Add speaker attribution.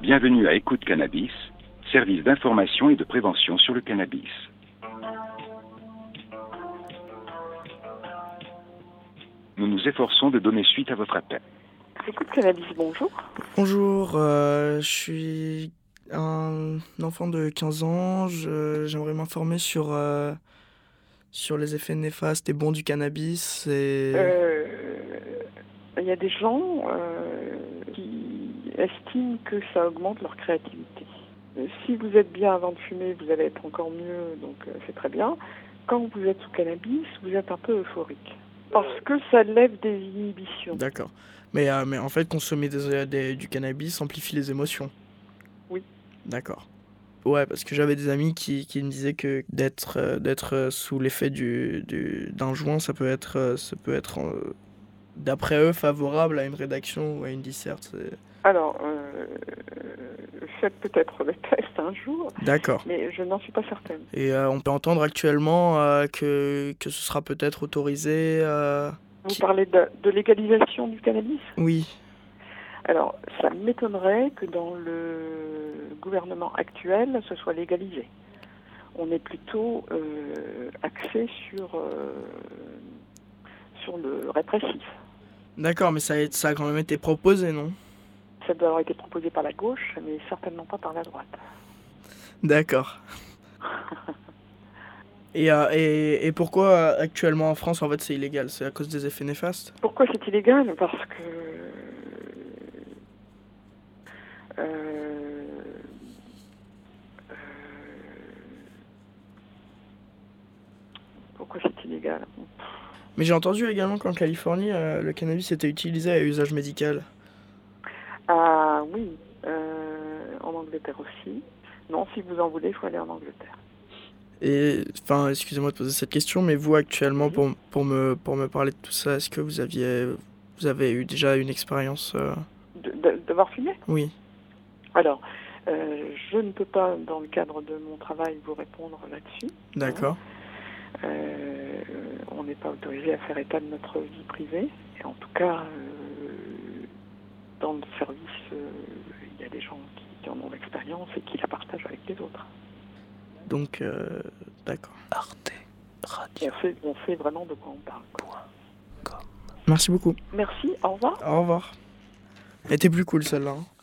Speaker 1: Bienvenue à Écoute Cannabis, service d'information et de prévention sur le cannabis. Nous nous efforçons de donner suite à votre appel.
Speaker 2: Écoute Cannabis, bonjour.
Speaker 3: Bonjour, euh, je suis un enfant de 15 ans. Je- J'aimerais m'informer sur, euh, sur les effets néfastes et bons du cannabis. Et...
Speaker 2: Euh, Il y a des gens euh, qui estiment que ça augmente leur créativité. Euh, Si vous êtes bien avant de fumer, vous allez être encore mieux, donc euh, c'est très bien. Quand vous êtes sous cannabis, vous êtes un peu euphorique. Parce que ça lève des inhibitions.
Speaker 3: D'accord. Mais, euh, mais en fait, consommer des- des- du cannabis amplifie les émotions.
Speaker 2: Oui.
Speaker 3: D'accord. Ouais, parce que j'avais des amis qui, qui me disaient que d'être euh, d'être euh, sous l'effet du, du- d'un joint, ça peut être, euh, ça peut être euh, d'après eux, favorable à une rédaction ou à une disserte. c'est-
Speaker 2: Alors, euh, euh, faites peut-être le test un jour,
Speaker 3: D'accord.
Speaker 2: mais je n'en suis pas certaine.
Speaker 3: Et euh, on peut entendre actuellement euh, que, que ce sera peut-être autorisé. euh,
Speaker 2: Vous
Speaker 3: Qui-
Speaker 2: parlez de- de légalisation du cannabis
Speaker 3: Oui,
Speaker 2: Alors, ça m'étonnerait que dans le gouvernement actuel, ce soit légalisé. On est plutôt euh, axé sur, euh, sur le répressif.
Speaker 3: d'accord, mais ça a, ça a quand même été proposé, non
Speaker 2: Ça doit avoir été proposé par la gauche, mais certainement pas par la droite.
Speaker 3: D'accord. Et, euh, et, et pourquoi euh, actuellement en France, en fait, c'est illégal C'est à cause des effets néfastes
Speaker 2: Pourquoi c'est illégal Parce que euh, euh, pourquoi c'est illégal
Speaker 3: Mais j'ai entendu également qu'en Californie, euh, le cannabis était utilisé à usage médical.
Speaker 2: Ah oui, euh, en Angleterre aussi. Non, si vous en voulez, il faut aller en Angleterre.
Speaker 3: Et, enfin, excusez-moi de poser cette question, mais vous, actuellement,
Speaker 2: Oui.
Speaker 3: pour, pour, me, pour me parler de tout ça, est-ce que vous aviez vous avez eu déjà une expérience euh,
Speaker 2: De- de- D'avoir fumé
Speaker 3: Oui,
Speaker 2: Alors, euh, je ne peux pas, dans le cadre de mon travail, vous répondre là-dessus.
Speaker 3: d'accord.
Speaker 2: Euh, on n'est pas autorisé à faire état de notre vie privée. Et en tout cas, euh, dans le service, euh, il y a des gens qui, qui en ont l'expérience et qui la partagent avec les autres.
Speaker 3: Donc, euh, d'accord. Arte
Speaker 2: On
Speaker 3: Radio.
Speaker 2: sait, on sait vraiment de quoi on parle. quoi.
Speaker 3: Merci beaucoup.
Speaker 2: Merci, au revoir.
Speaker 3: Au revoir. Elle était plus cool celle-là. hein.